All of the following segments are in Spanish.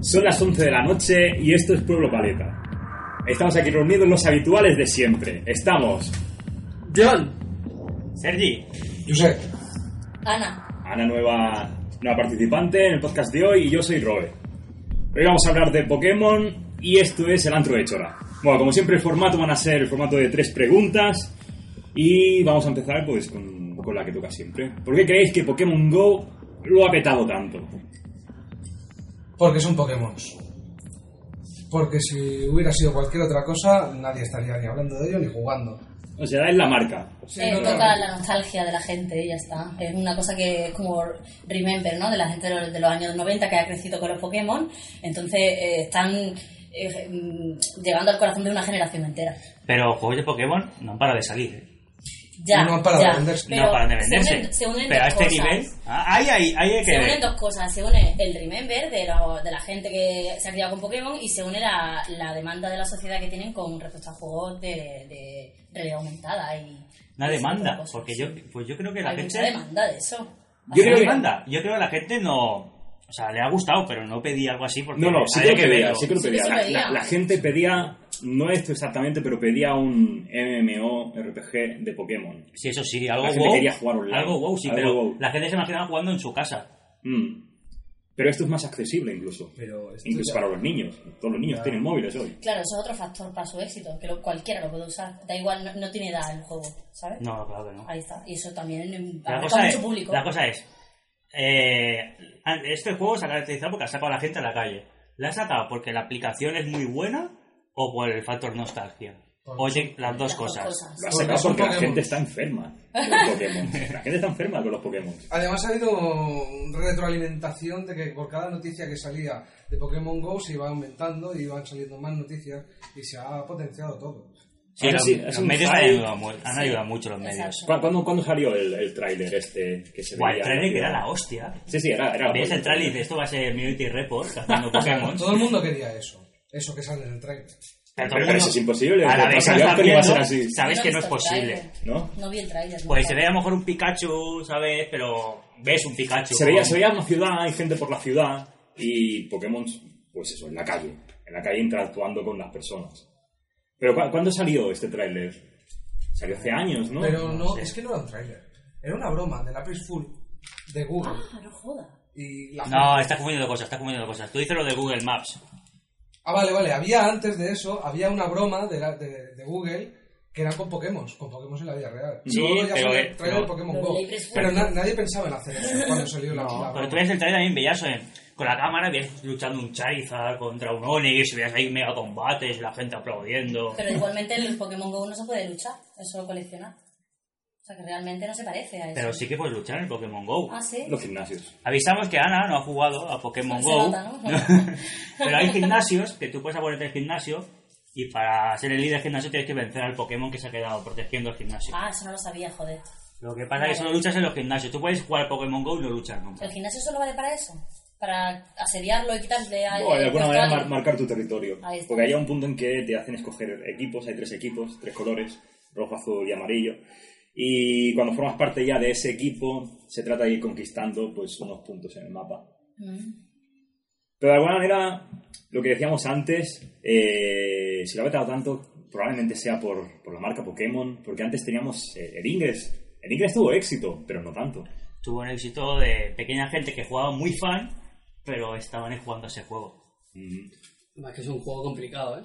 Son las 11 de la noche y esto es Pueblo Paleta. Estamos aquí reunidos los habituales de siempre. Estamos. John, Sergi. Josep, Ana. Ana, nueva, nueva participante en el podcast de hoy y yo soy Robe. Hoy vamos a hablar de Pokémon y esto es el antro de Chora. Bueno, como siempre el formato van a ser el formato de tres preguntas y vamos a empezar pues con, con la que toca siempre. ¿Por qué creéis que Pokémon Go lo ha petado tanto? porque son Pokémon. Porque si hubiera sido cualquier otra cosa, nadie estaría ni hablando de ello ni jugando. O sea, es la marca. Sí, Eh, no, no. toca la nostalgia de la gente y ya está. Es una cosa que es como remember, ¿no? De la gente de los, de los años 90 que ha crecido con los Pokémon. Entonces eh, están eh, mm, llegando al corazón de una generación entera. Pero juegos de Pokémon no han parado de salir. ¿eh? Ya, No paran de ya. venderse. Pero no paran Se de venderse. unen, se unen Pero a dos este cosas. nivel. Ah, Ahí, ahí, ahí hay que Se unen ver. dos cosas, se une el remember de, lo- de la gente que se ha criado con Pokémon y se une la, la demanda de la sociedad que tienen con respecto a juegos de, de realidad aumentada y... y Una ese tipo de demanda. cosas. Porque yo, pues yo creo que la Hay gente. mucha demanda de eso. Yo creo, creo que- que... demanda. yo creo que la gente no. O sea, le ha gustado, pero no pedí algo así porque. No, no, había sí que lo pedía, verlo. sí que lo Sí que pedía. se La, pedía. la- la gente pedía, no esto exactamente, pero pedía un MMORPG de Pokémon. Sí, eso sí, algo La gente wow. quería jugar online. Algo wow, sí, Algo pero wow. la gente se imaginaba jugando en su casa. Mm. Pero esto es más accesible incluso. Pero esto Incluso ya- para los niños. Todos los niños tienen móviles hoy. Claro, eso es otro factor para su éxito, que lo- cualquiera lo puede usar. Da igual, no, no tiene edad el juego, ¿sabes? No, claro que no. Ahí está. Y eso también em, La abarca cosa mucho es. público. La cosa es eh, este juego se ha caracterizado porque ha sacado a la gente a la calle. ¿La ha sacado porque la aplicación es muy buena o por el factor nostalgia? Oye, las Las dos dos cosas. Lo has Porque sacado son porque la Pokémon. gente está enferma con los Pokémon. La gente está enferma con los Pokémon. Además ha habido retroalimentación de que por cada noticia que salía de Pokémon GO se iba aumentando y iban saliendo más noticias y se ha potenciado todo. Sí, Ahora los, sí, es los un medios han hype. ayudado, mu- han Sí. ayudado mucho los medios. Exacto. ¿Cu- ¿Cuándo, cuándo salió el, el tráiler este que se Guau, el veía? trailer que era la hostia. Sí, sí, era... era Ves el trailer y dices, esto va a ser Minority Report cazando Pokémon. Todo el mundo quería eso. Eso que sale en el trailer. Pero todo el Pero, pero mundo- eso es imposible. A la porque vez que salió lo estás esto no iba a ser viendo, así. sabes he que no es visto el posible. tráiler. ¿No? No vi el trailer. no. Pues se ve a lo mejor un Pikachu, ¿sabes? Pero ves un Pikachu. se veía, con- se veía una ciudad, hay gente por la ciudad y Pokémon, pues eso, en la calle, en la calle interactuando con las personas. Pero ¿cu- ¿cuándo salió este tráiler? Salió hace años, ¿no? Pero no, sé. es que no era un trailer. Era una broma de la Press Full de Google. Ah, no joda. Y la No, estás confundiendo cosas, estás confundiendo cosas. Tú dices lo de Google Maps. Ah, vale, vale. Había antes de eso, había una broma de, la- de, de Google que era con Pokémon, con Pokémon en la vida real. Sí, Luego ya pero, salió eh, el trailer pero- de Pokémon pero Go. Libre es Pero bueno. na- nadie pensaba en hacer eso cuando salió la, la Pero tú broma. ves el trailer también, veías eh, con la cámara, veías luchando un Charizard contra un Onix, veías ahí mega combates, la gente aplaudiendo. Pero igualmente en el Pokémon GO no se puede luchar, es solo coleccionar. O sea que realmente no se parece a eso. Pero sí que puedes luchar en el Pokémon Go. Ah, sí. Los gimnasios. Avisamos que Ana no ha jugado a Pokémon Se Go. nota, ¿no? Pero hay gimnasios que tú puedes ponerte el gimnasio y para ser el líder del gimnasio tienes que vencer al Pokémon que se ha quedado protegiendo el gimnasio. Ah, eso no lo sabía, joder. Lo que pasa es que solo luchas en los gimnasios. Tú puedes jugar a Pokémon Go y no luchar nunca. ¿El gimnasio solo vale para eso? Para asediarlo y quitarle a... O de alguna manera mar- Australia. marcar tu territorio. Ahí está. Porque hay un punto en que te hacen escoger equipos, hay tres equipos, tres colores, rojo, azul y amarillo. Y cuando formas parte ya de ese equipo, se trata de ir conquistando pues unos puntos en el mapa. Mm. Pero de alguna manera, lo que decíamos antes, eh, si lo ha vetado tanto, probablemente sea por, por la marca Pokémon, porque antes teníamos eh, el Ingress. El Ingress tuvo éxito, pero no tanto. Tuvo un éxito de pequeña gente que jugaba muy fan, pero estaban jugando a ese juego. Mm. Además que es un juego complicado, ¿eh?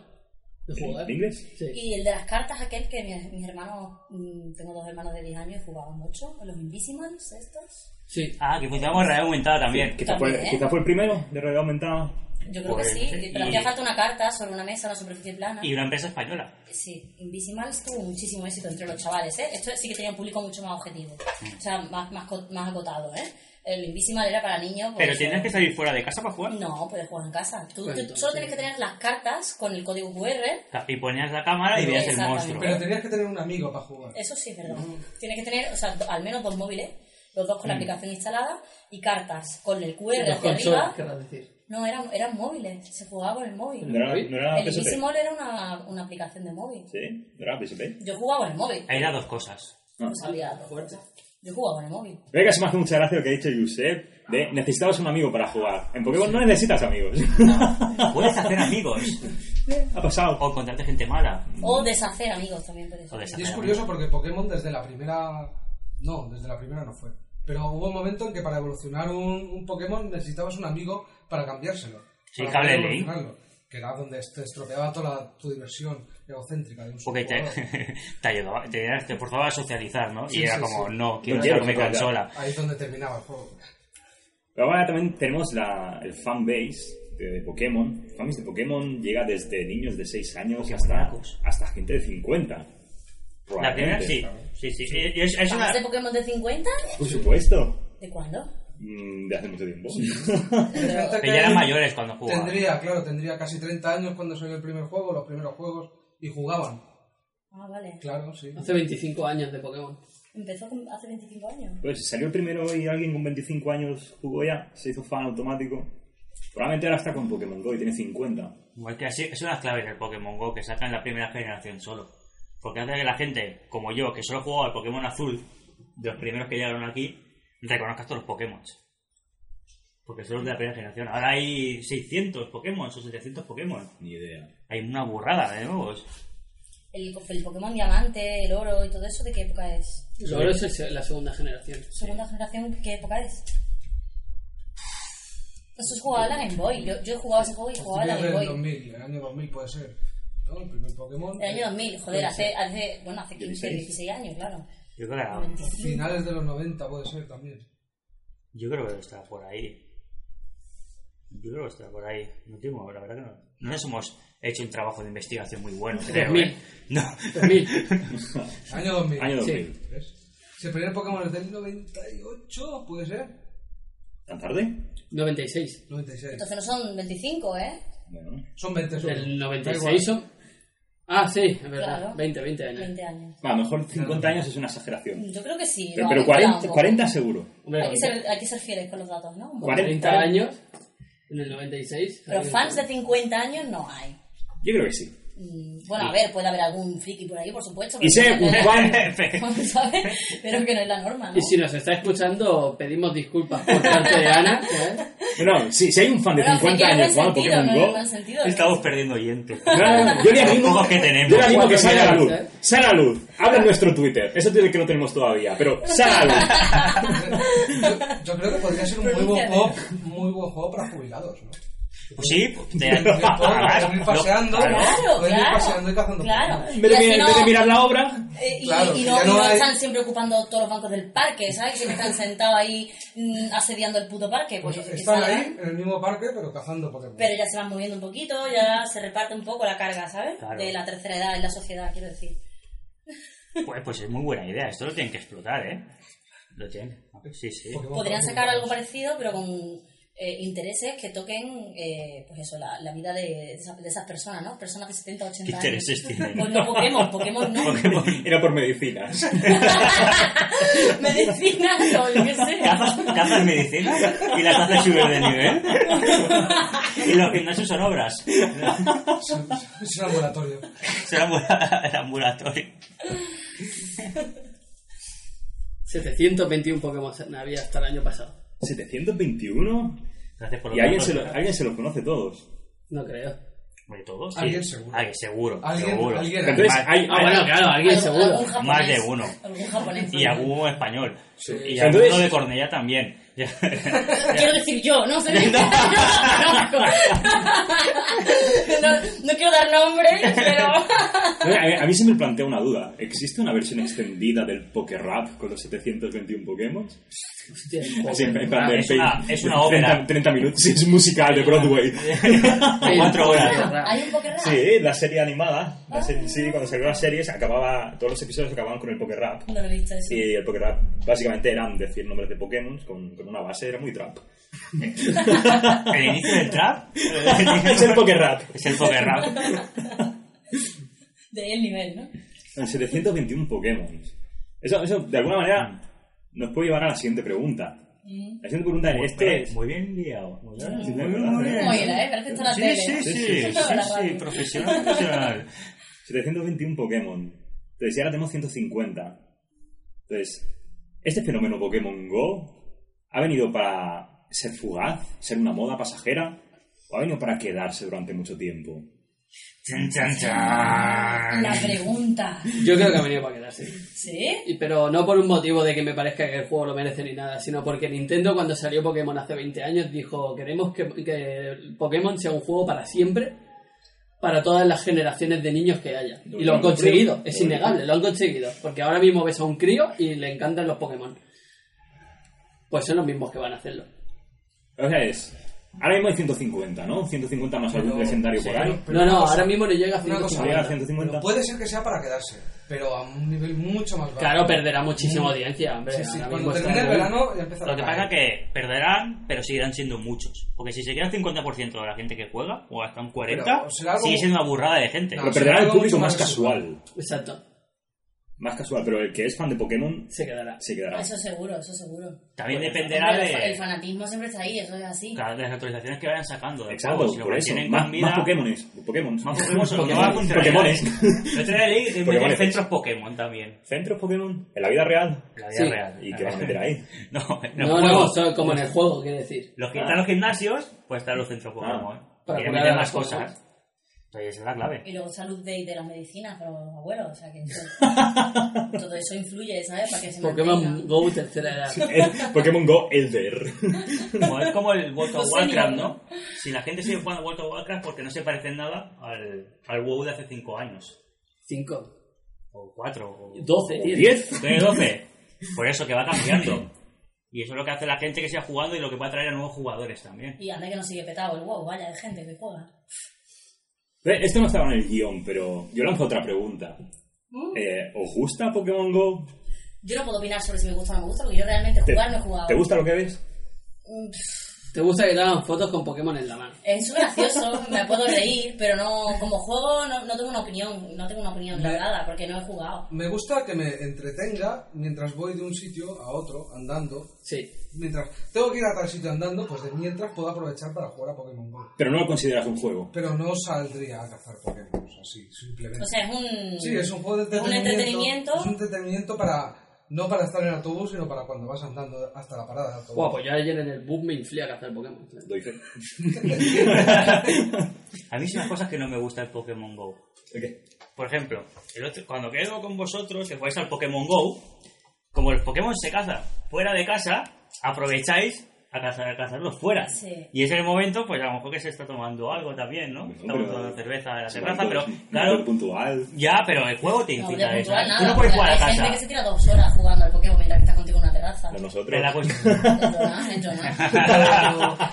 De ¿El, jugar. el Ingress? Sí. Y el de las cartas, aquel que mis, mis hermanos, mm, tengo dos hermanos de 10 años y jugaban mucho, los Invisimals estos. Sí. Ah, que funcionaba en realidad aumentada también. Quizá fue, También, ¿eh? quizá fue el primero de realidad aumentada. Yo creo Pues, que sí, pero y- hacía falta una carta sobre una mesa, una superficie plana. Y una empresa española. Sí, Invisimals tuvo muchísimo éxito entre los chavales, ¿eh? Esto sí que tenía un público mucho más objetivo, o sea, más, más, co- más acotado, ¿eh? El Invisimal era para niños... pues, Pero tienes que salir fuera de casa para jugar. No, puedes jugar en casa. Tú, Pues tú entonces- solo tienes que tener las cartas con el código QR. Y ponías la cámara y Pero- veías el Exactamente. monstruo. Pero tenías que tener un amigo para jugar. Eso sí, perdón. Tienes que tener, o sea, do- al menos dos móviles, los dos con Mm. la aplicación instalada y cartas con el QR Dos hacia consolas, arriba. querrás decir. No, eran, eran móviles, se jugaba con el móvil. ¿No era, no era El PSP? Invisimal era una, una aplicación de móvil. ¿Sí? ¿No era PSP? Yo jugaba con el móvil. Era dos cosas. Ah. No sabía dos cosas. Yo jugaba con el móvil. Ve que se me hace mucha gracia lo que ha dicho Josep de necesitabas un amigo para jugar. En Pokémon no necesitas amigos. Puedes hacer amigos. ha pasado. O encontrarte gente mala. O deshacer amigos también. puede ser. O deshacer Y es amigos. curioso porque Pokémon desde la primera... No, desde la primera no fue. Pero hubo un momento en que para evolucionar un, un Pokémon necesitabas un amigo para cambiárselo. Sí, para cable ¿eh? poder ley. evolucionarlo, Que era donde te estropeaba toda la- tu diversión egocéntrica de un Porque te, superjugador. te ayudaba, te, te forzaba a socializar, ¿no? Sí, y era sí, como, sí. no, quiero No quiero quedarme jugar ya. consola. Ahí es donde terminaba el juego. Pero ahora también tenemos la, el fanbase de, de Pokémon. El fanbase de Pokémon llega desde niños de 6 años hasta, Pokémonacos. hasta gente de 50. La primera Probablemente. sí. Sí, sí. Y Es, es una... ¿Famas de Pokémon de 50? Por supuesto. ¿De cuándo? Mm, De hace mucho tiempo. Pero- Pero ya eran mayores cuando jugaban. Tendría, claro, tendría casi 30 años cuando salió el primer juego, los primeros juegos, y jugaban. ah, vale. Claro, sí. Hace 25 años de Pokémon. Empezó con- hace 25 años. Pues si salió primero y alguien con 25 años jugó ya, se hizo fan automático. Probablemente ahora está con Pokémon Go y tiene 50. Igual que así, es una de las claves del Pokémon GO que sacan la primera generación solo. Porque hace que la gente, como yo, que solo jugaba al Pokémon azul, de los primeros que llegaron aquí, reconozcas todos los Pokémon. Porque son los de la primera generación. Ahora hay 600 Pokémon o 700 Pokémon. Ni idea. Hay una burrada de nuevos. El, el Pokémon Diamante, el Oro y todo eso, ¿de qué época es? Luego es el se- la segunda generación. Segunda generación, ¿qué época es? Eso es jugaba a la Game Boy. Yo, yo jugaba ese juego y jugaba a la Estuviera Game en el Boy. 2000, el año 2000 puede ser. ¿no? El primer Pokémon. El año 2000, joder, Puede hace, hace, bueno, hace 15, 16. 16 años, claro. Yo creo que, era- 25. Finales de los 90 puede ser también. yo creo que está por ahí. Yo creo que está por ahí. No tengo, la verdad que no. No nos hemos hecho un trabajo de investigación muy bueno, creo. ¿eh? No. 2000. Año 2000. Año 2000. ¿Ves? Si el primer Pokémon es del 98, puede ser. ¿Tan tarde? 96. 96. Entonces no son 25, ¿eh? Bueno. Son 20 son. ¿Del Da igual. 96 son? Ah, sí, es verdad. Claro. 20, 20 años. 20 años. A lo mejor 50 años es una exageración. Yo creo que sí. Pero, lo pero han mezclado 40, un poco. 40 seguro. Hombre, Hay que, ser, hay que ser fieles con los datos, ¿no? Un poco. 40 30 años en el 96. Pero fans de 50 años no hay. Yo creo que sí. Mm, Bueno, a ver, puede haber algún friki por ahí, por supuesto. Y sé, un fan. ¿sabes? Pero que no es la norma, ¿no? Y si nos está escuchando, pedimos disculpas por parte de Ana. ¿eh? No, si, si hay un fan de Bueno, 50 que años jugando a no Pokémon tiene sentido, Go. No, tiene sentido, ¿no? Estamos perdiendo oyentes. No, no, no, Yo le Los animo, pocos que tenemos. yo le animo que salga a la luz. ¿eh? Sal a la luz. Abre nuestro Twitter. Eso tiene que no tenemos todavía. Pero sal a la luz. Yo, yo creo que podría ser un muy buen Pronunciadelo. juego, muy buen juego para jubilados, ¿no? Pues sí, pues, te Yo puedo ir paseando, Claro. Claro, Pueden ir claro. paseando y cazando Claro. Pokémon. En vez de, Y así mirar- en no- vez de mirar la obra. Eh, y, Claro, y si no, ya y no no hay- están siempre ocupando todos los bancos del parque, ¿sabes? Que están sentados ahí mm, asediando el puto parque. Pues, Pues que están salgan, ahí, en el mismo parque, pero cazando Pokémon. Pero ya se van moviendo un poquito, ya se reparte un poco la carga, ¿sabes? Claro. De la tercera edad en la sociedad, quiero decir. Pues, pues es muy buena idea. Esto lo tienen que explotar, ¿eh? Lo tienen. Sí, sí. Pokémon Podrían para sacar algo jubilados. parecido, pero con eh, intereses que toquen, eh, pues eso, la, la vida de, de esas, de esas personas, ¿no? Personas de 70, 80 ¿Qué años. intereses tienen? Pues no Pokémon, Pokémon no. Era por medicinas. Medicina, no, yo qué sé. Cazas, cazas medicinas y las haces subir de nivel. y los gimnasios son obras. Es un laboratorio. Será el ambulatorio. 721 Pokémon había hasta el año pasado. 721. Gracias por los Y alguien datos. se, lo, alguien se los conoce todos. No creo. Hombre, todos, sí. Alguien seguro. Alguien seguro. Alguien- seguro. alguien- Más- Entonces, hay, Ah, bueno, claro, alguien Algún- seguro. algún japonés, Más de uno. Algún japonés. Y algún español. Y Entonces- alguno de Cornellá también. Quiero decir yo, no sé. No, no quiero dar nombre, pero. A, a mí se me plantea una duda. ¿Existe una versión extendida del Poker Rap con los 721 Pokémon? Hostia, Así, en plan Ah, de es una- veinte- es una ópera. 30, 30 minutos, sí, es musical de Broadway. Cuatro horas. Hay un poker rap. Sí, la serie animada. la se- sí, cuando salió la serie, se acababa, todos los episodios acababan con el Poker Rap. No lo he visto eso. Y el Poker Rap básicamente eran decir nombres de Pokémon con, con una base, era muy trap. El inicio del trap es el Poker Rap. es el poker rap. De ahí el nivel, ¿no? En 721 Pokémon. Eso, eso, de alguna manera, nos puede llevar a la siguiente pregunta. La siguiente pregunta es, este es... Muy bien liado. Muy bien. Sí, muy bien. Moira, ¿eh? Parece que está en la Sí, tele. sí, sí, Está sí, en la radio. sí, profesional, profesional. 721 Pokémon. Entonces, y ahora tenemos 150. Entonces, este fenómeno Pokémon Go ha venido para ser fugaz, ser una moda pasajera, o ha venido para quedarse durante mucho tiempo. Chan, chan, chan. La pregunta. Yo creo que ha venido para quedarse. ¿Sí? Y- Pero no por un motivo de que me parezca que el juego lo merece ni nada, sino porque Nintendo cuando salió Pokémon hace 20 años dijo queremos que, que Pokémon sea un juego para siempre, para todas las generaciones de niños que haya. Y lo han conseguido, es innegable, lo han conseguido. Porque ahora mismo ves a un crío y le encantan los Pokémon. Pues son los mismos que van a hacerlo. O sea, es... Ahora mismo hay 150, ¿no? 150 más algún Pero- legendario por ahí. Pero no, no, una cosa- ahora mismo no llega a una cosa, 150. Llega a 150. Pero puede ser que sea para quedarse, pero a un nivel mucho más bajo. Claro, perderá muchísima audiencia, hombre. Sí, sí, ahora cuando mismo está termine el muy- verano ya empieza Lo que a pasa caer. es que perderán, pero seguirán siendo muchos. Porque si se queda el 50% de la gente que juega, o hasta un 40%, Pero será algo- sigue siendo una burrada de gente. No, Pero será perderá el algo público mucho más más casual. Exacto, Más casual, pero el que es fan de Pokémon se quedará. se quedará. Eso seguro, eso seguro. También Pues, dependerá Hombre, el fa- El de, fanatismo siempre está ahí, eso es así. claro, de las actualizaciones que vayan sacando. del Exacto, juego. Si lo por eso. mantienen Más, con vida- más Pokémones. Pokémon. Más Pokémon se lo Pokémon. lleva contra Pokémones. Yo te leí que meten Pokémones. centros Pokémon también. ¿Centros Pokémon? ¿En la vida real? en La vida Sí. real. ¿Y qué van a meter ahí? No, en No, los no, juegos. son como en el juego, quiere decir. Los que están los gimnasios, pues están los centros Pokémon. Para Quieren jugar a meter las más cosas. cosas. Entonces esa es la clave. Y luego salud de, de las medicinas para los abuelos, o sea que eso- todo eso influye, ¿sabes? Para que se Pokémon mantenga. Go tercera edad. El Pokémon Go Elder. Como- es como el World No of Pues sé Warcraft, ni- ¿no? Si la gente sigue jugando al World of Warcraft porque no se parece en nada al, al WoW de hace 5 años. Cinco. O 4. O... 12, tío. ¿Diez? Tiene 12. Por eso que va cambiando. Y eso es lo que hace la gente que siga jugando y lo que puede atraer a nuevos jugadores también. Y anda que no sigue petado el wow, vaya, de gente que juega. Eh, Esto no estaba en el guión, pero yo lanzo otra pregunta. Eh, ¿Os gusta Pokémon Go? Yo no puedo opinar sobre si me gusta o no me gusta, porque yo realmente ¿Te, jugar no he jugado. te gusta lo que ves? Mm, ¿Te gusta que te hagan fotos con Pokémon en la mano? Es gracioso, me puedo reír, pero no, como juego no, no tengo una opinión, no tengo una opinión Me- cargada, porque no he jugado. Me gusta que me entretenga mientras voy de un sitio a otro andando. Sí. Mientras tengo que ir a tal sitio andando, pues de mientras puedo aprovechar para jugar a Pokémon GO. Pero no lo consideras un juego. Pero no saldría a cazar Pokémon, así, simplemente. O sea, es un... sí, es un juego de un entretenimiento. entretenimiento. Es un entretenimiento para... No para estar en autobús, sino para cuando vas andando hasta la parada de autobús. Guau, pues yo ayer en el bus me inflé a cazar Pokémon. Doy fe. A mí son las cosas que no me gusta el Pokémon Go. ¿El qué? Por ejemplo, el otro- cuando quedo con vosotros, que jugáis al Pokémon Go, como el Pokémon se caza fuera de casa, aprovecháis a, cazar, a cazarlos fuera. Sí. Y es el momento, pues a lo mejor que se está tomando algo también, ¿no? Estamos pero- tomando cerveza en la Sí, terraza, punto- pero punto claro, puntual. ya, pero el juego te No, de incita a eso. puntual Tú nada. no puedes porque jugar a Hay casa. gente que se tira dos horas jugando al Pokémon mientras que está contigo en una terraza. De Pero nosotros. la cuestión- Dentro nada, dentro nada.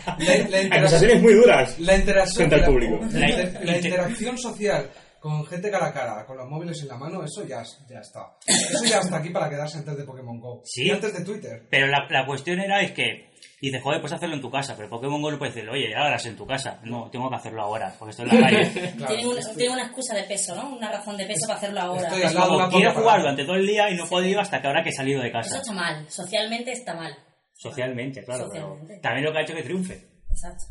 La, la interacción, Acusaciones muy duras. la interacción- Frente al público. La, inter- la interacción social con gente cara a cara, con los móviles en la mano, eso ya, ya está. Eso ya está aquí para quedarse antes de Pokémon Go. Sí. Y antes de Twitter. Pero la, la cuestión era es que dices, joder, puedes hacerlo en tu casa, pero Pokémon Go no puedes decirle, oye, ya lo harás en tu casa. No, tengo que hacerlo ahora, porque estoy en la calle. Claro, tienen, una, estoy- tienen una excusa de peso, ¿no? Una razón de peso para hacerlo ahora. estoy Es al lado de como, una quiero Poképarada. jugar durante todo el día y no he podido hasta que ahora que he salido de Eso casa. está mal, socialmente está mal. Socialmente, claro. Socialmente. Pero también lo que ha hecho que triunfe. Exacto.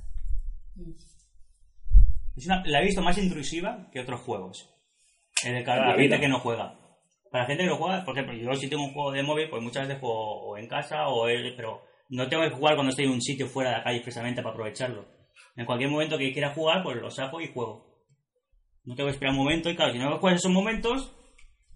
Es una- la he visto más intrusiva que otros juegos. En el caso de En la la gente vida. que no juega. Para la gente que no juega, por ejemplo, yo si tengo un juego de móvil, pues muchas veces juego o en casa, o el- pero no tengo que jugar cuando estoy en un sitio fuera de la calle expresamente para aprovecharlo. En cualquier momento que quiera jugar, pues lo saco y juego. No tengo que esperar un momento, y claro, si no juegas esos momentos,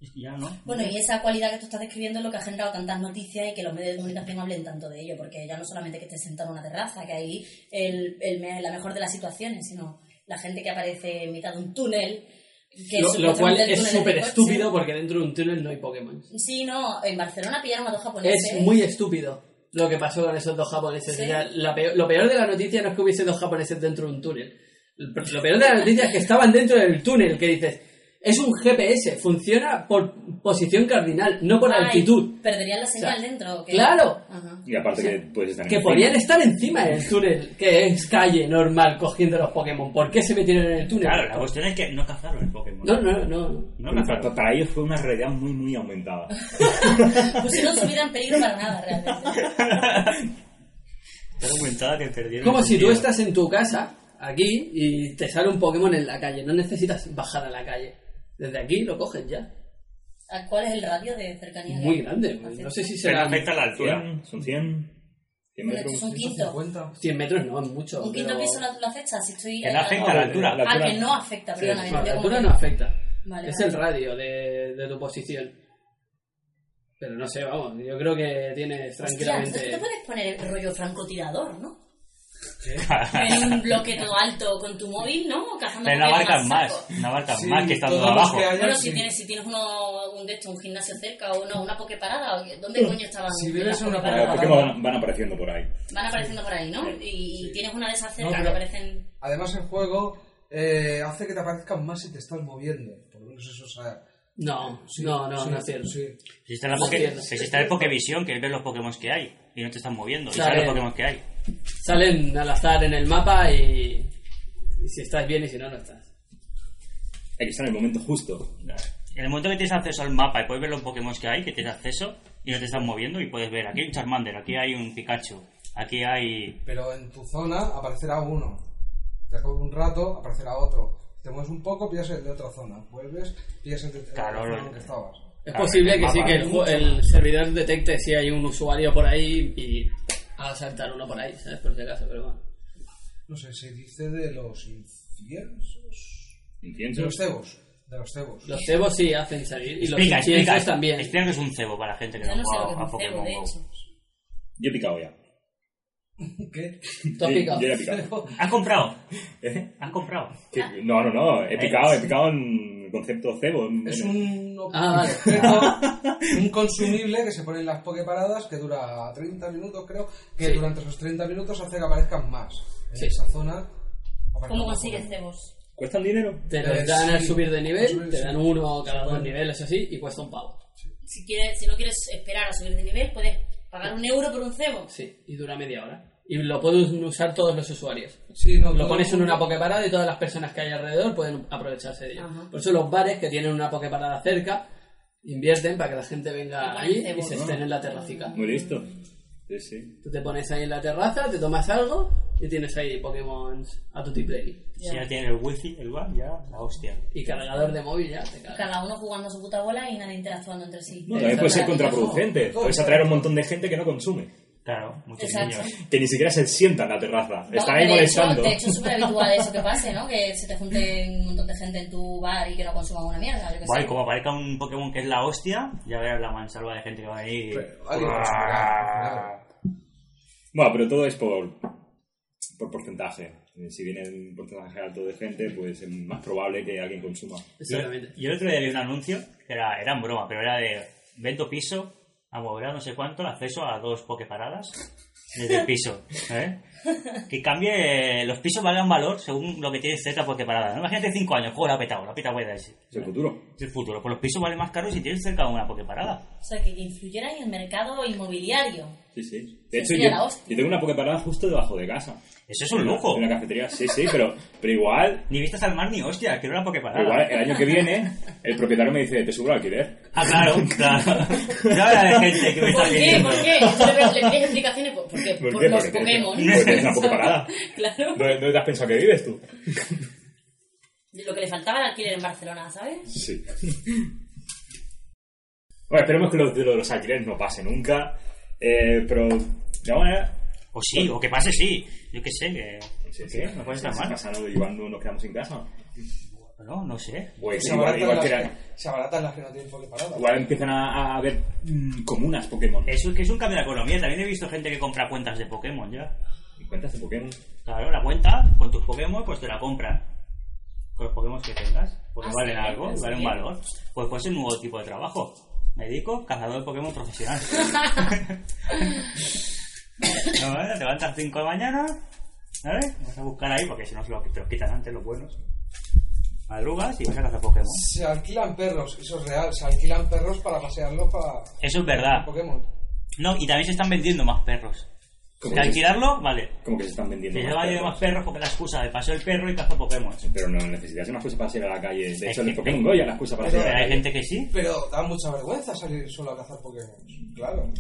Es que ya no. Bueno, y esa cualidad que tú estás describiendo es lo que ha generado tantas noticias y que los medios de comunicación hablen tanto de ello, porque ya no solamente que estés sentado en una terraza, que ahí el, el me- la mejor de las situaciones, sino la gente que aparece en mitad de un túnel. Que Lo, lo cual supuestamente el es túnel súper de coche. estúpido porque dentro de un túnel no hay Pokémon. Sí, no, en Barcelona pillaron a dos japoneses. Es muy estúpido lo que pasó con esos dos japoneses. Sí. O sea, la peor- lo peor de la noticia no es que hubiese dos japoneses dentro de un túnel. Lo peor de la noticia es que estaban dentro del túnel, que dices, es un GPS, funciona por posición cardinal, no por Ay, altitud. Perderían la señal O sea, dentro. ¿o qué? claro. Ajá. Y aparte que puedes estar en Que el podían cine. estar encima del túnel, que es calle normal, cogiendo los Pokémon. ¿Por qué se metieron en el túnel? Claro, la cuestión es que no cazaron el Pokémon. No, no, no. No Pero pa- pa- cazaron. para ellos fue una realidad muy, muy aumentada. Pusieron su vida en peligro para nada, realmente. Está documentada que perdieron. Como el si tú sentido. estás en tu casa, aquí, y te sale un Pokémon en la calle. No necesitas bajar a la calle. Desde aquí lo coges ya. ¿A ¿Cuál es el radio de cercanía? Muy grande. No sé si Pero será afecta la altura. 100, son 100. 100 Bueno, esto metros. es un quinto. 150. 100 metros, no es mucho. Un quinto pero- piso la, la fecha, si estoy... Que no afecta a la altura. La Ah, altura- que no afecta, Sí, perdóname. no, yo la como altura que- no afecta. Vale, es vale. el radio de, de tu posición. Pero no sé, vamos, yo creo que tienes Hostia, entonces tú tranquilamente... te puedes poner el rollo francotirador, ¿no? En un bloque todo alto con tu móvil, ¿no? Cazando Pero no Pokémon abarcan a saco. más. No abarcan Sí, más que estando todos los abajo. que hayan, Bueno, si sí. tienes, si tienes uno, un, de estos, un gimnasio cerca o no, una pokeparada, ¿o qué? ¿dónde coño estaban? Mm. Si vives las en una pokeparada? Eh, Pokémon van, van apareciendo por ahí. Van apareciendo por ahí, ¿no? Y tienes una de esas cerca No, que pero- aparecen... Además, el juego eh, hace que te aparezcan más si te estás moviendo. Por lo menos eso es. No, no, no, no es cierto. Sí. Si está, la No es Poké- cierto. que si está el Pokévisión, que ves los Pokémon que hay. Y no te estás moviendo. Y Claro. sabes los Pokémon que hay. Salen al azar en el mapa y... y si estás bien y si no, no estás. Hay que estar en el momento justo. En el momento que tienes acceso al mapa y puedes ver los Pokémon que hay, que tienes acceso y no te estás moviendo y puedes ver, aquí hay un Charmander, aquí hay un Pikachu, aquí hay... Pero en tu zona aparecerá uno. Después de un rato aparecerá otro. Te mueves un poco, pillas el de otra zona. Vuelves, pillas el de otra Claro, zona lo- en que estabas. Es Claro, posible el que sí, mapa que es el, ju- el servidor detecte si hay un usuario por ahí y a saltar uno por ahí, ¿sabes? Por si acaso, pero bueno. No sé, se dice de los infiernos. De ¿Incienso? los cebos. De los cebos. Los cebos sí hacen salir y los Explica, explica. inciensos también. Explica que es un cebo para la gente que Yo no, no sé juega lo que es a un cebo, Pokémon de GO. hecho. Yo he picado ya. ¿Qué? Tú has Yo- picado. Yo, ya he picado. ¿Has comprado? ¿Eh? ¿Has comprado? Que- No, no, no. Eh, He picado, he picado en concepto cebo. en- Es en- un, Ah, vale. objeto, un consumible que se pone en las pokeparadas que dura 30 minutos, creo. Que Sí. durante esos 30 minutos hace que aparezcan más. En Sí. esa zona. aparecen ¿Cómo más consigues Pokémon. cebos? ¿Cuestan dinero? Te Eh, los dan al sí. subir de Al nivel, subir, te sí. dan uno cada dos Bueno. niveles así y cuesta un pavo. Si, quieres, si no quieres esperar a subir de nivel, puedes pagar un euro por un cebo. Sí, y dura media hora. Y lo pueden usar todos los usuarios. Sí, no, Lo todo- pones en una pokeparada y todas las personas que hay alrededor pueden aprovecharse de ello. Ajá. Por eso los bares que tienen una pokeparada cerca invierten para que la gente Y venga ponen ahí y cebos. se estén en la Ah. terracica. Muy listo. Sí, sí. Tú te pones ahí en la terraza, te tomas algo y tienes ahí Pokémon a tu play. Si ya tiene el wifi, el bar, ya la hostia. Y cargador de móvil ya te cagas. Cada uno jugando a su puta bola y nadie interactuando entre sí. No, también puede ser Exacto. contraproducente. Puedes atraer a un montón de gente que no consume. Claro, muchos Exacto. niños. Que ni siquiera se sienta en la terraza. No, Están ahí de hecho- molestando. De hecho, es súper habitual eso que pase, ¿no? Que se te junte un montón de gente en tu bar y que no consuman una mierda. Yo que Guay, sé. como aparezca un Pokémon que es la hostia, ya verás la mansalva de gente que va a venir. Pero, alguien va a chupar, al Bueno, pero todo es por, por porcentaje. Eh, Si viene un porcentaje alto de gente, pues es más probable que alguien consuma. Exactamente. Yo el otro día vi un anuncio que era, era en broma, pero era de vendo piso, a mover no sé cuánto, acceso a dos pokeparadas desde el piso. ¿eh? Que cambie, los pisos valgan valor según lo que tienes cerca pokeparada. ¿no? Imagínate 5 años, juego la ha petado, la peta buena es Es el futuro. es el futuro. Pues los pisos valen más caros si tienes cerca una pokeparada. O sea, que influyera en el mercado inmobiliario. Sí, sí. De hecho, Sí, sí, yo, la hostia. yo tengo una pokeparada justo debajo de casa. Eso es un Una- lujo. Una cafetería, sí, sí, pero, pero igual, Ni vistas al mar ni hostia, quiero una pero igual pokeparada. el año que viene el propietario me dice, te subo el alquiler. Ah, claro, claro. Ya habrá de gente que me está ¿Por qué? pidiendo. ¿Por qué? Pero ¿Le pides explicaciones? ¿Por por qué? ¿Por Por, qué? Pues los Porque tienes- Pokémon. porque es una pokeparada. claro. ¿Dónde, dónde te has pensado que vives tú? Lo que le faltaba era alquiler en Barcelona, ¿sabes? Sí. Bueno, esperemos que lo de los alquileres no pase nunca. Eh, pero, de alguna manera, O sí, o que pase sí. Yo qué sé, que... Sí, ¿qué? sí, ¿Me pones las manos? Pasando y cuando nos quedamos sin casa. Bueno, no sé. Pues se, igual, abaratan igual, las, que era- que- se abaratan las que no tienen preparadas. igual empiezan a, a haber mm, comunas Pokémon. Eso es que es un cambio de economía. También he visto gente que compra cuentas de Pokémon ya. ¿Y ¿Cuentas de Pokémon? Claro, la cuenta con tus Pokémon, pues te la compran. Con los Pokémon que tengas, porque Ah, valen sí, algo, sí. valen un valor. Pues puede ser un nuevo tipo de trabajo. Me dedico cazador de Pokémon profesional. no, ¿vale? Te levantas 5 de la mañana, ¿vale? Vas a buscar ahí, porque si no se lo- te los quitan antes los buenos. Madrugas y vas a cazar Pokémon. Se alquilan perros, eso es real. Se alquilan perros para pasearlos para Eso es Ah. verdad. Pokémon. No, y también se están vendiendo más perros. ¿Cómo De que se- alquilarlo, vale. Como que se están vendiendo. Que se más vaya de perros. más perros porque la excusa de paseo el perro y cazo Pokémon. Pero no necesitas una excusa para salir a la calle. De hecho, que- el Pokémon Go ya es la excusa para Pero salir a la hay calle. gente que sí, Pero da mucha vergüenza salir solo a cazar Pokémon. Claro.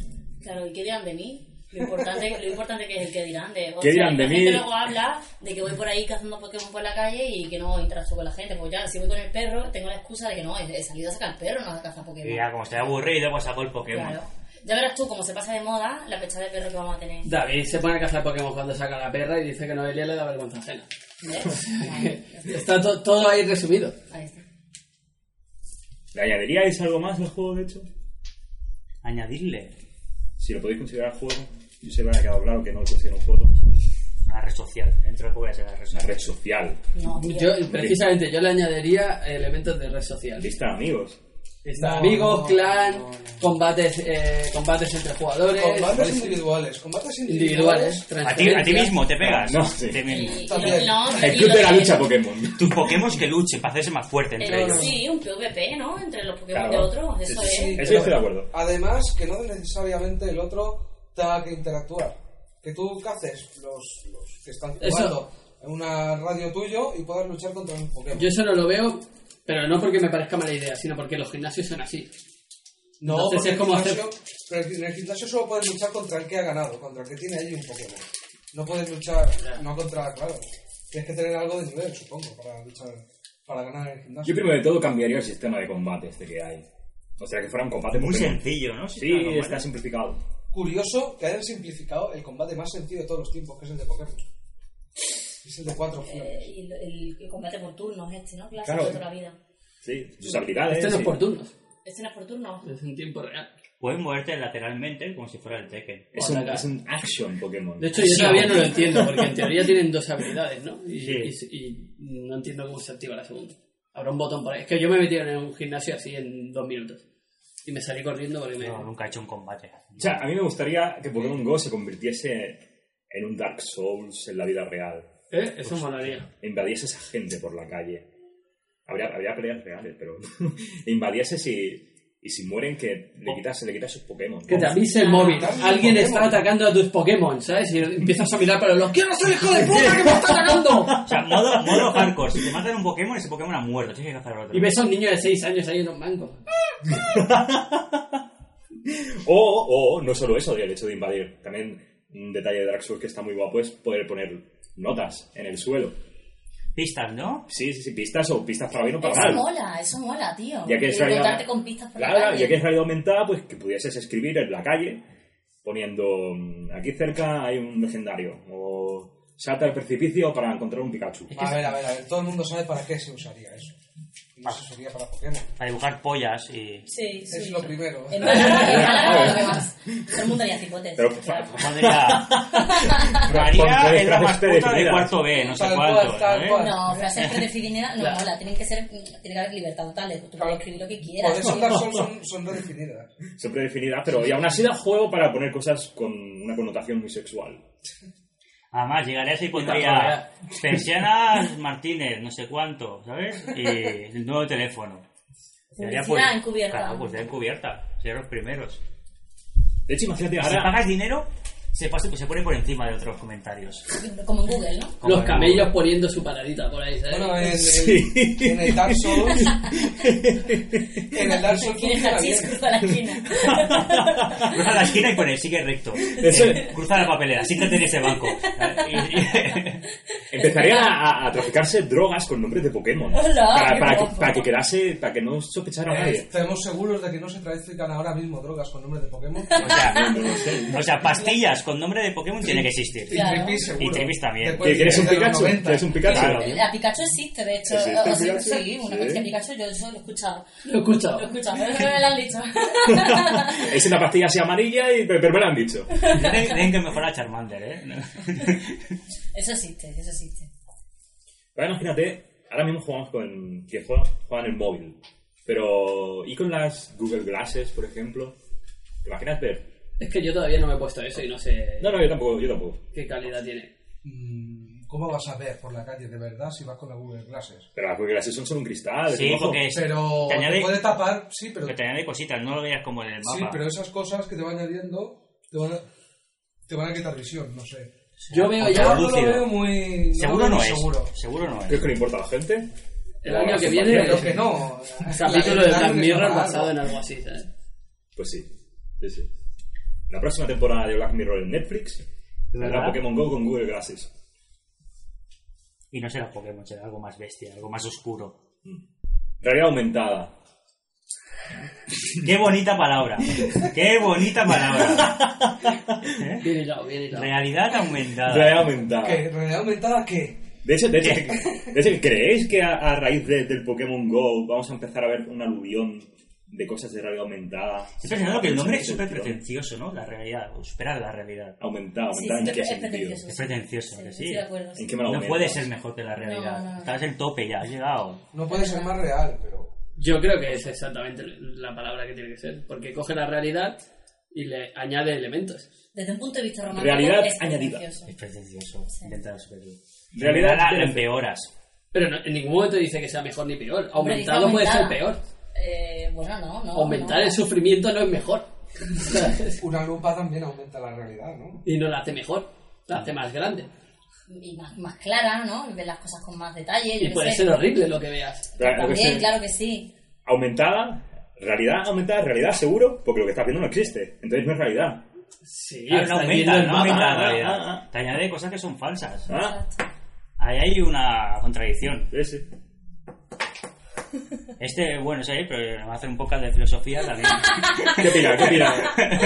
Claro, ¿y qué dirán de mí? Lo importante, lo importante que es el que dirán de... o ¿Qué dirán de la mí? gente luego habla de que voy por ahí cazando Pokémon por la calle y que no interactúo con la gente. Pues ya, si voy con el perro, tengo la excusa de que no, he he salido a sacar el perro, no a cazar Pokémon. Y ya, como estoy aburrido, pues saco el Pokémon. Claro. Ya verás tú cómo se pasa de moda la pecha de perro que vamos a tener. David se pone a cazar Pokémon cuando saca la perra y dice que Noelia le da vergüenza ajena. ¿Ves? Ahí Está to- todo ahí resumido. ahí está. ¿Le añadiríais algo más al juego, de hecho? Añadirle Si lo podéis considerar juego, yo sé que me ha quedado claro que no lo considero un juego. una red social. Dentro de poco voy a ser la red Una social. red social. No, tío. Yo, precisamente, yo le añadiría elementos de red social. Lista de amigos. Está No, amigos, no, clan, no, no. combates, eh, combates entre jugadores, Combates individuales. Combates Pues, individuales, individuales. A ti, a ti transferencias. mismo te pegas. Pues No, sí. Te- Y- y- También. no, El y club lo de la que- lucha Pokémon. Tus Pokémon que luchen para hacerse más fuerte entre Eh, ellos. sí, un PvP, ¿no? Entre los Pokémon Claro. de otros, eso Sí, es. sí, sí. Eso pero estoy de acuerdo. Además, que no necesariamente el otro tenga que interactuar. Que tú caces los, los que están Eso. jugando en una radio tuyo y puedas luchar contra un Pokémon. Yo eso no lo veo, pero no porque me parezca mala idea, sino porque los gimnasios son así. no, entonces porque es como en el hacer- gimnasio- pero en el gimnasio solo puedes luchar contra el que ha ganado, contra el que tiene ahí un Pokémon. No puedes luchar, no contra, claro. Tienes que tener algo de nivel, supongo, para luchar, para ganar en el gimnasio. Yo primero de todo cambiaría el sistema de combate este que hay. O sea, que fuera un combate Muy Pokémon. sencillo, ¿no? Sí, claro, bueno. está simplificado. Curioso que hayan simplificado el combate más sencillo de todos los tiempos, que es el de Pokémon. Es el de cuatro Eh, flores. y el, el- el combate por turnos este, ¿no? Clásico Claro. de toda la vida. Sí, sus habilidades. Esto no es sí. por turnos, Este no es por turnos. es en tiempo real. Puedes moverte lateralmente como si fuera el Tekken. Es un, Hola, es un action Pokémon. De hecho, yo todavía no lo entiendo, porque en teoría tienen dos habilidades, ¿no? Y, Sí. y- y no entiendo cómo se activa la segunda. Habrá un botón por ahí. Es que yo me metí en un gimnasio así en dos minutos. Y me salí corriendo porque me... No, nunca he hecho un combate. O sea, a mí me gustaría que Pokémon Go se convirtiese en un Dark Souls en la vida real. ¿Eh? Eso molaría. E invadiese esa gente por la calle. Habría, habría peleas reales, pero. e invadieses y. Y si mueren, que le quitas, le quitas sus Pokémon. Que te avise el móvil. Alguien está atacando a tus Pokémon, ¿sabes? Y empiezas a mirar para los... ¡Quiero ser hijo de puta que me está atacando! O sea, modo, modo hardcore. Si te matan un Pokémon, ese Pokémon ha muerto. Tienes que cazar al otro. Y ves a un niño de 6 años ahí en un mango. O, o, o, no solo eso, el hecho de invadir. También un detalle de Dark Souls que está muy guapo es poder poner notas en el suelo. Pistas, ¿no? Sí, sí, sí, pistas o pistas para bien o para Eso mal. mola, eso mola, tío. Ya que Y es realidad- contarte con pistas por la Claro, calle. ya que es realidad aumentada, pues que pudieses escribir en la calle poniendo mm, aquí cerca hay un legendario o salta al precipicio para encontrar un Pikachu. A ver, a ver, a ver. Todo el mundo sabe para qué se usaría eso. No se usaría para Pokémon. Para dibujar pollas y... Sí, sí. Es lo primero. En Málaga, en Málaga, lo que más. Todo el mundo tenía cipotes. Pero- claro. Pondría... Con- María con es la frases más puta de predefinidas. cuarto B, no sé Tal cual, cuánto. tal ¿eh? cual. No, frases predefinidas no Claro. mola. Tienen que ser, tiene que haber libertad total. de- Tú puedes escribir lo que quieras. Por eso tío. las son, son, son redefinidas. Son predefinidas, ah, pero y aún así da juego para poner cosas con una connotación muy sexual. Además, llegarías y Claro, pondría persianas Martínez, no sé cuánto, ¿sabes? Y el nuevo teléfono. Sería, pues, Publicidad encubierta. Claro, publicidad encubierta. Serían los primeros. De hecho, imagínate Si ahora pagas dinero, se, pasa, pues se pone por encima de otros comentarios. Como en Google, ¿no? Como Los el- camellos poniendo su paradita por ahí, ¿sabes? Bueno, en, en- Sí. en el Dark Souls. en el Dark Souls ¿Quieres funciona hachís? bien. Cruza la esquina. Cruza la esquina y pone, sigue recto. Eso es. Eh, cruza la papelera, siéntate en ese banco. Y- empezarían a, a- a traficarse drogas con nombres de Pokémon. Hola, para, qué para que, guapo. para que quedase, para que no sospechara Eh, a nadie. Estamos seguros de que no se trafican ahora mismo drogas con nombres de Pokémon. y- o, sea, o sea, pastillas con nombre de Pokémon tiene que existir. Y Claro. Trippy seguro. Y Trippy también. Después ¿Que ¿Quieres un pues de los Pikachu? 90. ¿Quieres un Pikachu? Claro. La Pikachu existe, de hecho. ¿Existe O sea, Pikachu? Sí, una Sí. cosa de Pikachu, yo eso lo he escuchado. Lo he escuchado. Lo he escuchado, pero no me lo han dicho. Es una pastilla así amarilla, y, pero me lo han dicho. Tienen tienen que mejorar a Charmander, ¿eh? Eso existe, eso existe. Ahora imagínate, ahora mismo jugamos con... que juega, juega en el móvil. Pero... ¿Y con las Google Glasses, por ejemplo? ¿Te imaginas ver? Es que yo todavía no me he puesto eso y no sé No, no, yo tampoco, yo tampoco. qué calidad tiene. Mm, ¿Cómo vas a ver por la calle de verdad si vas con la Google Glasses? Pero las Google Glasses son solo un cristal. es Sí, un ojo. porque es- Pero te añade, te puede tapar, sí, pero, que te añade cositas, no lo veas como en el mapa. sí, pero esas cosas que te van añadiendo te van a, te van a quitar visión, no sé. Yo veo Pero Yo ya no lo lúcido. veo muy... no Seguro lo veo no muy es. Seguro. Seguro no ¿Crees es. que le importa a la gente? el O a año las que viene compañías. Creo que no. el capítulo de La- Black la- Mirror la- basado en algo así, ¿sabes? Pues sí. Sí, sí. La próxima temporada de Black Mirror en Netflix verdad? será Pokémon Go con Google Glasses. Y no será Pokémon, será algo más bestia, algo más oscuro. Realidad aumentada. ¡Qué bonita palabra! ¡Qué bonita palabra! ¿Eh? Bien hilado, bien hilado. Realidad aumentada. Realidad aumentada. ¿Qué? ¿Realidad aumentada qué? De hecho, de hecho, de hecho, ¿creéis que a, a raíz de- del Pokémon Go vamos a empezar a ver un aluvión de cosas de realidad aumentada? Estoy pensando que el nombre es súper pretencioso, ¿no? La realidad, superar la realidad. Aumentada, Sí, aumentada, sí, ¿en qué es sentido? pretencioso. Es pretencioso, que sí. estoy de acuerdo. ¿En qué me lo No aumentas? puede ser mejor que la realidad. No, no, no. Estás en tope ya, has llegado. No puede ser más real, pero... Yo creo que es exactamente la palabra que tiene que ser, porque coge la realidad y le añade elementos. Desde un punto de vista romántico. Realidad es añadida. precioso. Es pretencioso. Intentar superar. Realidad Realidad la, la pretencioso. empeoras. Pero no- en ningún momento dice que sea mejor ni peor. Hombre, dice Aumentado puede ser aumentada. peor. Eh, bueno, no, no. Aumentar no. el sufrimiento no es mejor. Una lupa también aumenta la realidad, ¿no? y no la hace mejor, la hace más grande. Y más, más clara, ¿no? Ver las cosas con más detalle. yo Y qué puede sé. ser horrible lo que veas. Ra- lo que También, sea. claro que sí. Aumentada, realidad aumentada, realidad seguro, porque lo que estás viendo no existe. Entonces no es realidad. Sí, Ah, no estás viendo aumenta, el no mapa. aumenta la ah, realidad. ah, Te añade cosas que son falsas. ¿Ah? Ahí hay una contradicción. Sí, sí. Este, bueno, sí, pero nos va a hacer un podcast de filosofía también. ¿Qué opina? ¿Qué opina?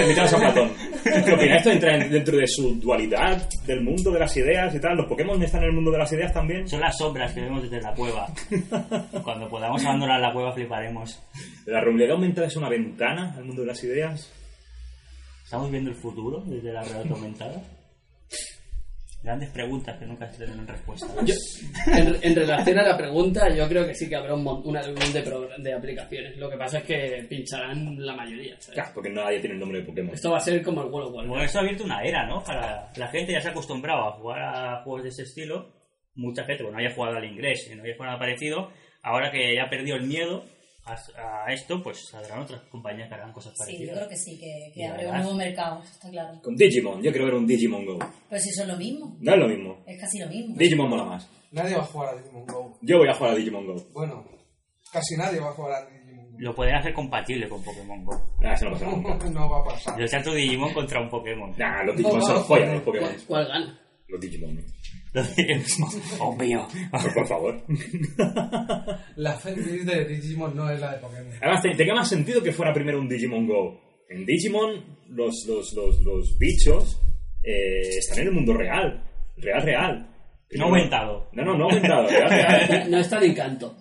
Invitamos a Platón. ¿Qué opina? ¿Esto entra en- dentro de su dualidad, del mundo de las ideas y tal? ¿Los Pokémon están en el mundo de las ideas también? Son las sombras que vemos desde la cueva. Cuando podamos abandonar la cueva fliparemos. ¿La realidad aumentada es una ventana al mundo de las ideas? ¿Estamos viendo el futuro desde la realidad aumentada? Grandes preguntas que nunca se tienen respuesta. Yo- en, en relación a la pregunta, yo creo que sí que habrá un, mon- un álbum de, progr- de aplicaciones. Lo que pasa es que pincharán la mayoría. ¿sabes? Claro, porque nadie tiene el nombre de Pokémon. Esto va a ser como el World of Warcraft. Bueno, eso ha abierto una era, ¿no? Para la gente ya se ha acostumbrado a jugar a juegos de ese estilo. Mucha gente, bueno, haya jugado al inglés y no haya jugado nada parecido. Ahora que ya perdió el miedo a, a esto, pues saldrán otras compañías que harán cosas Sí, yo parecidas. creo que sí, que, que Y abre un además- nuevo mercado, eso está claro. Con Digimon, yo quiero ver un Digimon Go. Pero si eso es lo mismo, No es lo mismo. es casi lo mismo. Digimon mola más. Nadie va a jugar a Digimon Go. Yo voy a jugar a Digimon Go. Bueno, casi nadie va a jugar a Digimon Go. Lo pueden hacer compatible con Pokémon GO. Nah, eso no pasa nunca. No va a pasar. Yo chato Digimon contra un Pokémon. Nah, los Digimon son los follas, los Pokémon. ¿Cuál- ¿Cuál gana? Los Digimon. eh. Los Digimon. Obvio. Por, por favor. La fanbase de Digimon no es la de Pokémon. Además, te- tenía más sentido que fuera primero un Digimon Go. En Digimon, los, los, los, los bichos eh, están en el mundo real. Real, real. No aumentado. No, no, no aumentado. Real, real. No está de encanto.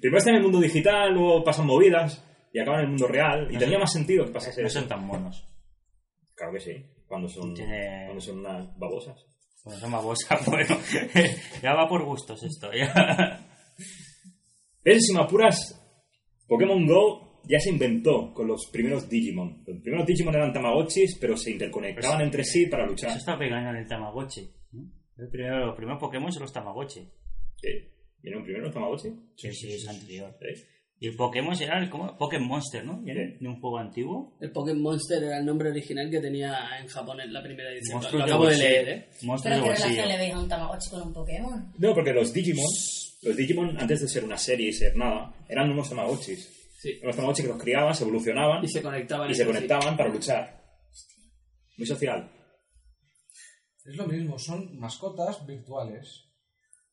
Primero están en el mundo digital, luego pasan movidas y acaban en el mundo real. Y No tenía sé. más sentido que pasase No eso. son tan monos. Claro que sí. Cuando son, Tiene- cuando son unas babosas. Bueno, son babosas, bueno. ya va por gustos esto. ya. ¿Ves? Si me apuras, Pokémon Go ya se inventó con los primeros Digimon. Los primeros Digimon eran Tamagotchis, pero se interconectaban entre sí para luchar. Pues Eso está pegando en el Tamagotchi. El primero, los primeros Pokémon son los Tamagotchi. ¿Eh? ¿Vinieron primero los Tamagotchi? Sí, sí, es anterior. ¿Eh? Y el Pokémon era el ¿cómo? Pokémon Monster, ¿no? Era De un juego antiguo. El Pokémon Monster era el nombre original que tenía en Japón en la primera edición. Monstruos Lo de acabo de bolsillo. leer, ¿eh? Monstruos Pero de ¿qué relación le bolsillo. veis a un Tamagotchi con un Pokémon? No, porque los Digimon, los Digimon antes de ser una serie y ser nada, eran unos Tamagotchis. Sí. Eran Unos Tamagotchis que los criaban, se evolucionaban Y se conectaban. y se entre sí. conectaban para luchar. Muy social. Es lo mismo, son mascotas virtuales.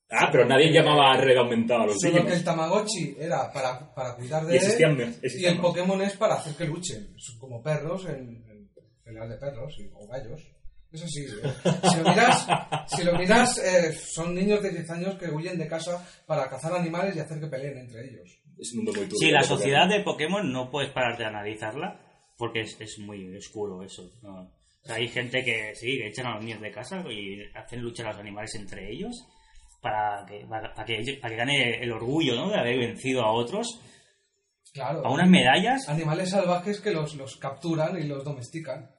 Ah, pero nadie llamaba a red aumentada a los Solo Digimon. que el Tamagotchi era para, para cuidar Y de existían- él. y existían el más. Pokémon es para hacer que luchen. Son como perros en, en peleas de perros y- o gallos. Eso sí, si lo miras, si lo miras eh, son niños de 10 años que huyen de casa para cazar animales y hacer que peleen entre ellos. Es un mundo muy turbio. Sí, la porque- sociedad de Pokémon no puedes parar de analizarla porque es, es muy oscuro eso. ¿no? O sea, hay gente que sí, que echan a los niños de casa y hacen luchar a los animales entre ellos para que, para, para que, ellos- para que gane el orgullo ¿no? de haber vencido a otros, Claro. a unas medallas. Animales salvajes que los, los capturan y los domestican,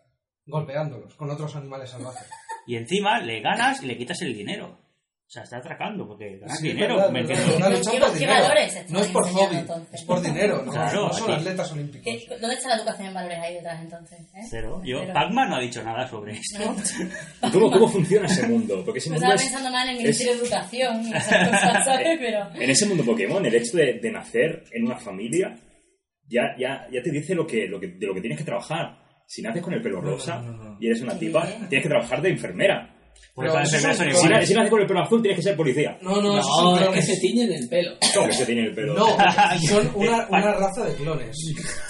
golpeándolos con otros animales salvajes. Y encima le ganas y le quitas el dinero. O sea, está atracando porque ganas Sí, es dinero. verdad, vendiendo. verdad, una Pero lucha ¿qué- por qué dinero. valores están No es por enseñando, hobby, entonces? es por dinero, no, Claro, no son aquí. atletas olímpicos. ¿Qué- ¿Dónde está la educación en valores ahí detrás entonces? eh? Cero. Yo, Cero. Pac-Man no ha dicho nada sobre esto. No. ¿Cómo, cómo funciona ese mundo? Porque ese Yo mundo Pues estaba es- pensando más en el es- Ministerio de Educación y esas cosas, ¿sabes? Pero... En ese mundo Pokémon, el hecho de, de nacer en una familia ya, ya, ya te dice lo que, lo que, de lo que tienes que trabajar. Si naces con el pelo rosa y eres una Sí. tipa, tienes que trabajar de enfermera. Porque Pero todas las eso enfermeras son Si, es- na- iguales. si naces con el pelo azul, tienes que ser policía. No, no, esos son No, es que clones. se tiñen el pelo. ¿Cómo que se tiene el pelo? No, son una, una raza de clones.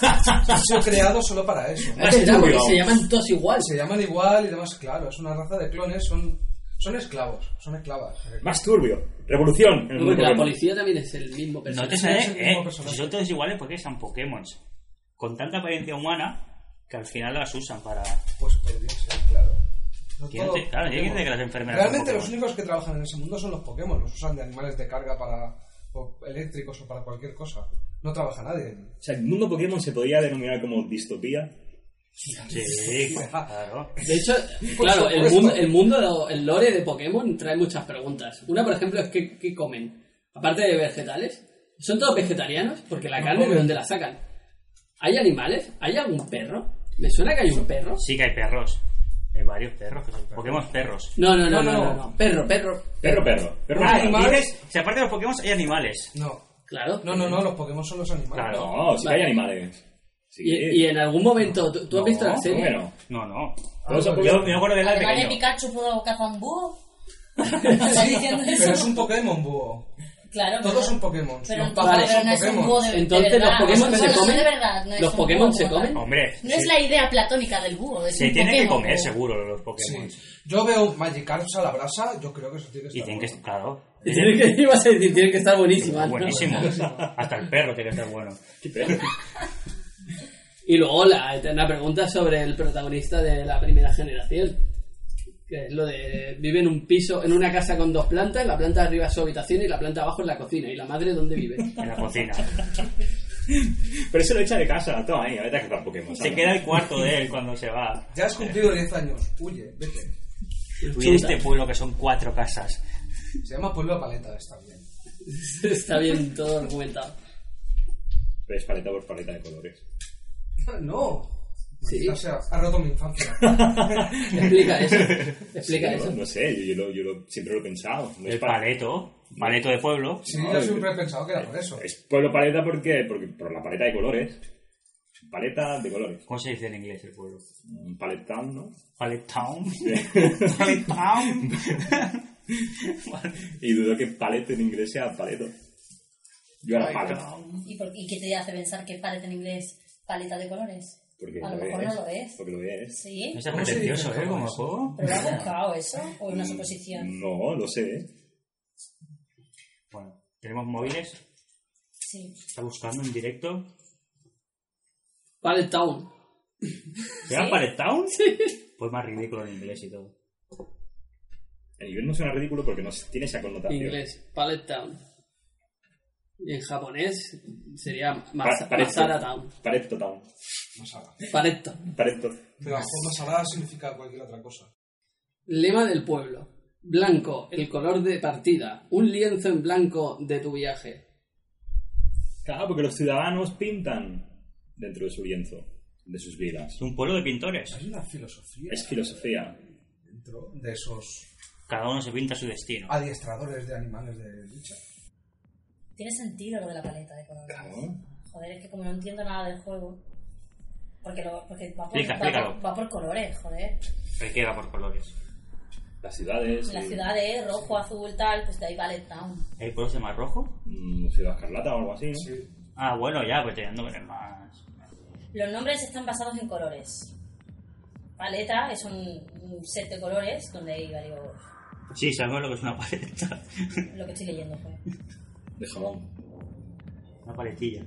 Han sido creados solo para eso. Ah, sí, Será porque cuidado. se llaman todos igual. Se llaman igual y demás, claro, es una raza de clones, son, son esclavos, son esclavas. Más turbio. Revolución en el mundo No, porque la Pokémon. policía también es el mismo No personaje. te Sí, sale, es el mismo eh, personaje. si son todos iguales porque son Pokémon. Con tanta apariencia humana que al final las usan para. Pues podría ser, claro. No ¿Quién todo te- claro, ¿quién Pokémon. dice que las enfermeras Realmente son los Pokémon? únicos que trabajan en ese mundo son los Pokémon, los usan de animales de carga para o eléctricos o para cualquier cosa. No trabaja nadie. O sea, el mundo Pokémon se podría denominar como distopía. Sí, claro. De hecho, claro, el mundo, el mundo, el lore de Pokémon trae muchas preguntas. Una, por ejemplo, es qué, qué comen. Aparte de vegetales, ¿son todos vegetarianos? Porque la carne, ¿de dónde la sacan? ¿Hay animales? ¿Hay algún perro? ¿Me suena que hay un perro? Sí que hay perros. Hay varios perros. que son Pokémon perros. No, no, No, no, no, no, no, no. no. Perro, perro. Perro, perro. Perro, Ah, perro. animal. dices, si aparte de los Pokémon hay animales. No, Claro. no, no, no, los Pokémon son los animales. Claro. No, sí que Vale. hay animales. Sí. Y, y en algún momento, ¿tú, tú has visto la No, serie? Bueno, No, no. Todos son Yo Pokémon. me acuerdo de la Además de pequeño. Pikachu pudo cazar un búho. ¿Estás diciendo eso? Pero es un Pokémon búho. Claro, Todos pero- son Pokémon. Pero, los no- pájaros pero son no es un búho Pokémon. de, de Entonces, verdad. ¿los Pokémon Bueno, se no es comen? de verdad, no es ¿Los un Pokémon búho se como tal. comen? Hombre, No es sí. la idea platónica del búho. Es se un tienen que Pokémon, comer búho. seguro los Pokémon. Sí. Yo veo Magikarp a la brasa, yo creo que eso tiene que Y estar. tienen que. Claro. Y tiene que, ibas a decir, tiene que estar buenísima. ¿no? Buenísimo. Hasta el perro tiene que estar bueno. qué perro. Y luego la eterna pregunta sobre el protagonista de la primera generación. Que es lo de. Vive en un piso, en una casa con dos plantas, la planta de arriba es su habitación y la planta de abajo es la cocina. ¿Y la madre dónde vive? En la cocina. Pero eso lo echa de casa. Toma ahí, vete a cazar Pokémon. Se anda. queda el cuarto de él cuando se va. Ya has cumplido 10 años, huye, vete. Pues Huir de este pueblo que son cuatro casas. Se llama Pueblo Paleta, está bien. Está bien todo argumentado. Pero es paleta por paleta de colores. No. Sí. O sea, ha roto mi infancia. Explica eso. Explica Sí, eso. no, no sé, yo, yo lo, yo lo- siempre lo he pensado. No El es pa- paleto. Paleto de pueblo. Sí, yo siempre he pensado que era por eso. Es pueblo paleta porque, porque por la paleta de colores. Paleta de colores. ¿Cómo se dice en inglés el pueblo? Un paletán, ¿no? Pallet Town. Pallet Town. Y dudo que paleta en inglés sea paleto. Yo era paleta. ¿Y, por- y qué te hace pensar que paleta en inglés paleta de colores? Porque a lo, mejor no lo es. Porque lo es. Sí, No seas ¿Cómo se pretencioso, dice ¿eh? en Como japonés? juego. pero lo has buscado eso o es una suposición. No, lo sé. Bueno, tenemos móviles. Sí. Está buscando en directo. Pallet Town. ¿Se llama Pallet Town? Sí. Pues más ridículo en inglés y todo. El nivel no suena ridículo porque no tiene esa connotación. Inglés. Pallet Town. Y en japonés sería Pa- Mas- paletto. Masara Town. Paletto town. Masala. Pallet Town. Paletto. Pero a lo mejor Masala significa cualquier otra cosa. Lema del pueblo. Blanco, el color de partida. Un lienzo en blanco de tu viaje. Claro, porque los ciudadanos pintan dentro de su lienzo, de sus vidas. Es un pueblo de pintores. Hay una filosofía Es filosofía. dentro de esos Cada uno se pinta su destino. Ah. adiestradores de animales de lucha. Tiene sentido lo de la paleta de colores. Joder, es que como no entiendo nada del juego. Porque, lo- porque va, por, Explica, va por- explícalo. va por colores, joder. El que va por colores. Las ciudades. La eh, ciudad de rojo, azul, tal, pues de ahí Pallet Town. ¿Hay pueblos de más rojo? mm, Ciudad Escarlata o algo así, ¿no? Ah, bueno, ya, pues teniendo que ver más. Los nombres están basados en colores. paleta, es un, un set de colores donde hay varios... Sí, sabemos lo que es una paleta. Lo que estoy leyendo fue... de jamón. Una paletilla.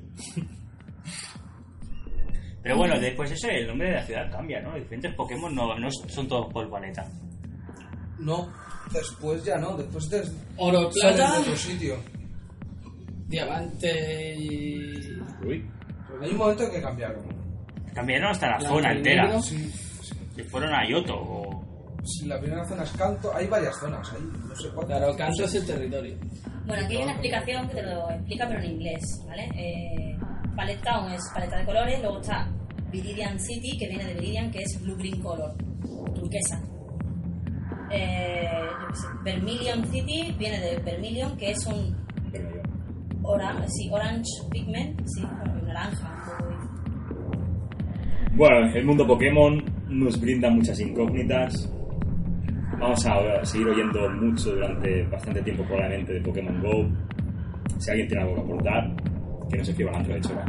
Pero bueno, después ese, el nombre de la ciudad cambia, ¿no? Diferentes Pokémon no, no son todos por paleta. No, después ya no, después de Oro, salen de plata, otro sitio. diamante y... Uy. Hay un momento que cambiaron. Cambiaron hasta la, Blanco zona y entera. negro. Sí, sí. Que fueron a Yoto o... Si la primera zona es canto, hay varias zonas, hay no sé cuántas. Claro, canto es el territorio. Bueno, aquí hay una explicación que te lo explica, pero en inglés, ¿vale? Eh, Palette Town es paleta de colores, luego está Viridian City, que viene de Viridian, que es Blue Green Color, turquesa. Eh, yo qué sé, Vermilion City viene de Vermilion, que es un Pero yo. ora- sí, Orange Pigment, sí, un naranja, un poco de- Bueno, el mundo Pokémon nos brinda muchas incógnitas. Vamos a seguir oyendo mucho durante bastante tiempo probablemente de Pokémon GO. Si alguien tiene algo que aportar, que nos escriba dentro de Chora.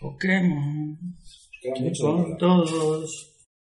Pokémon. Queda que mucho de Son hablar. todos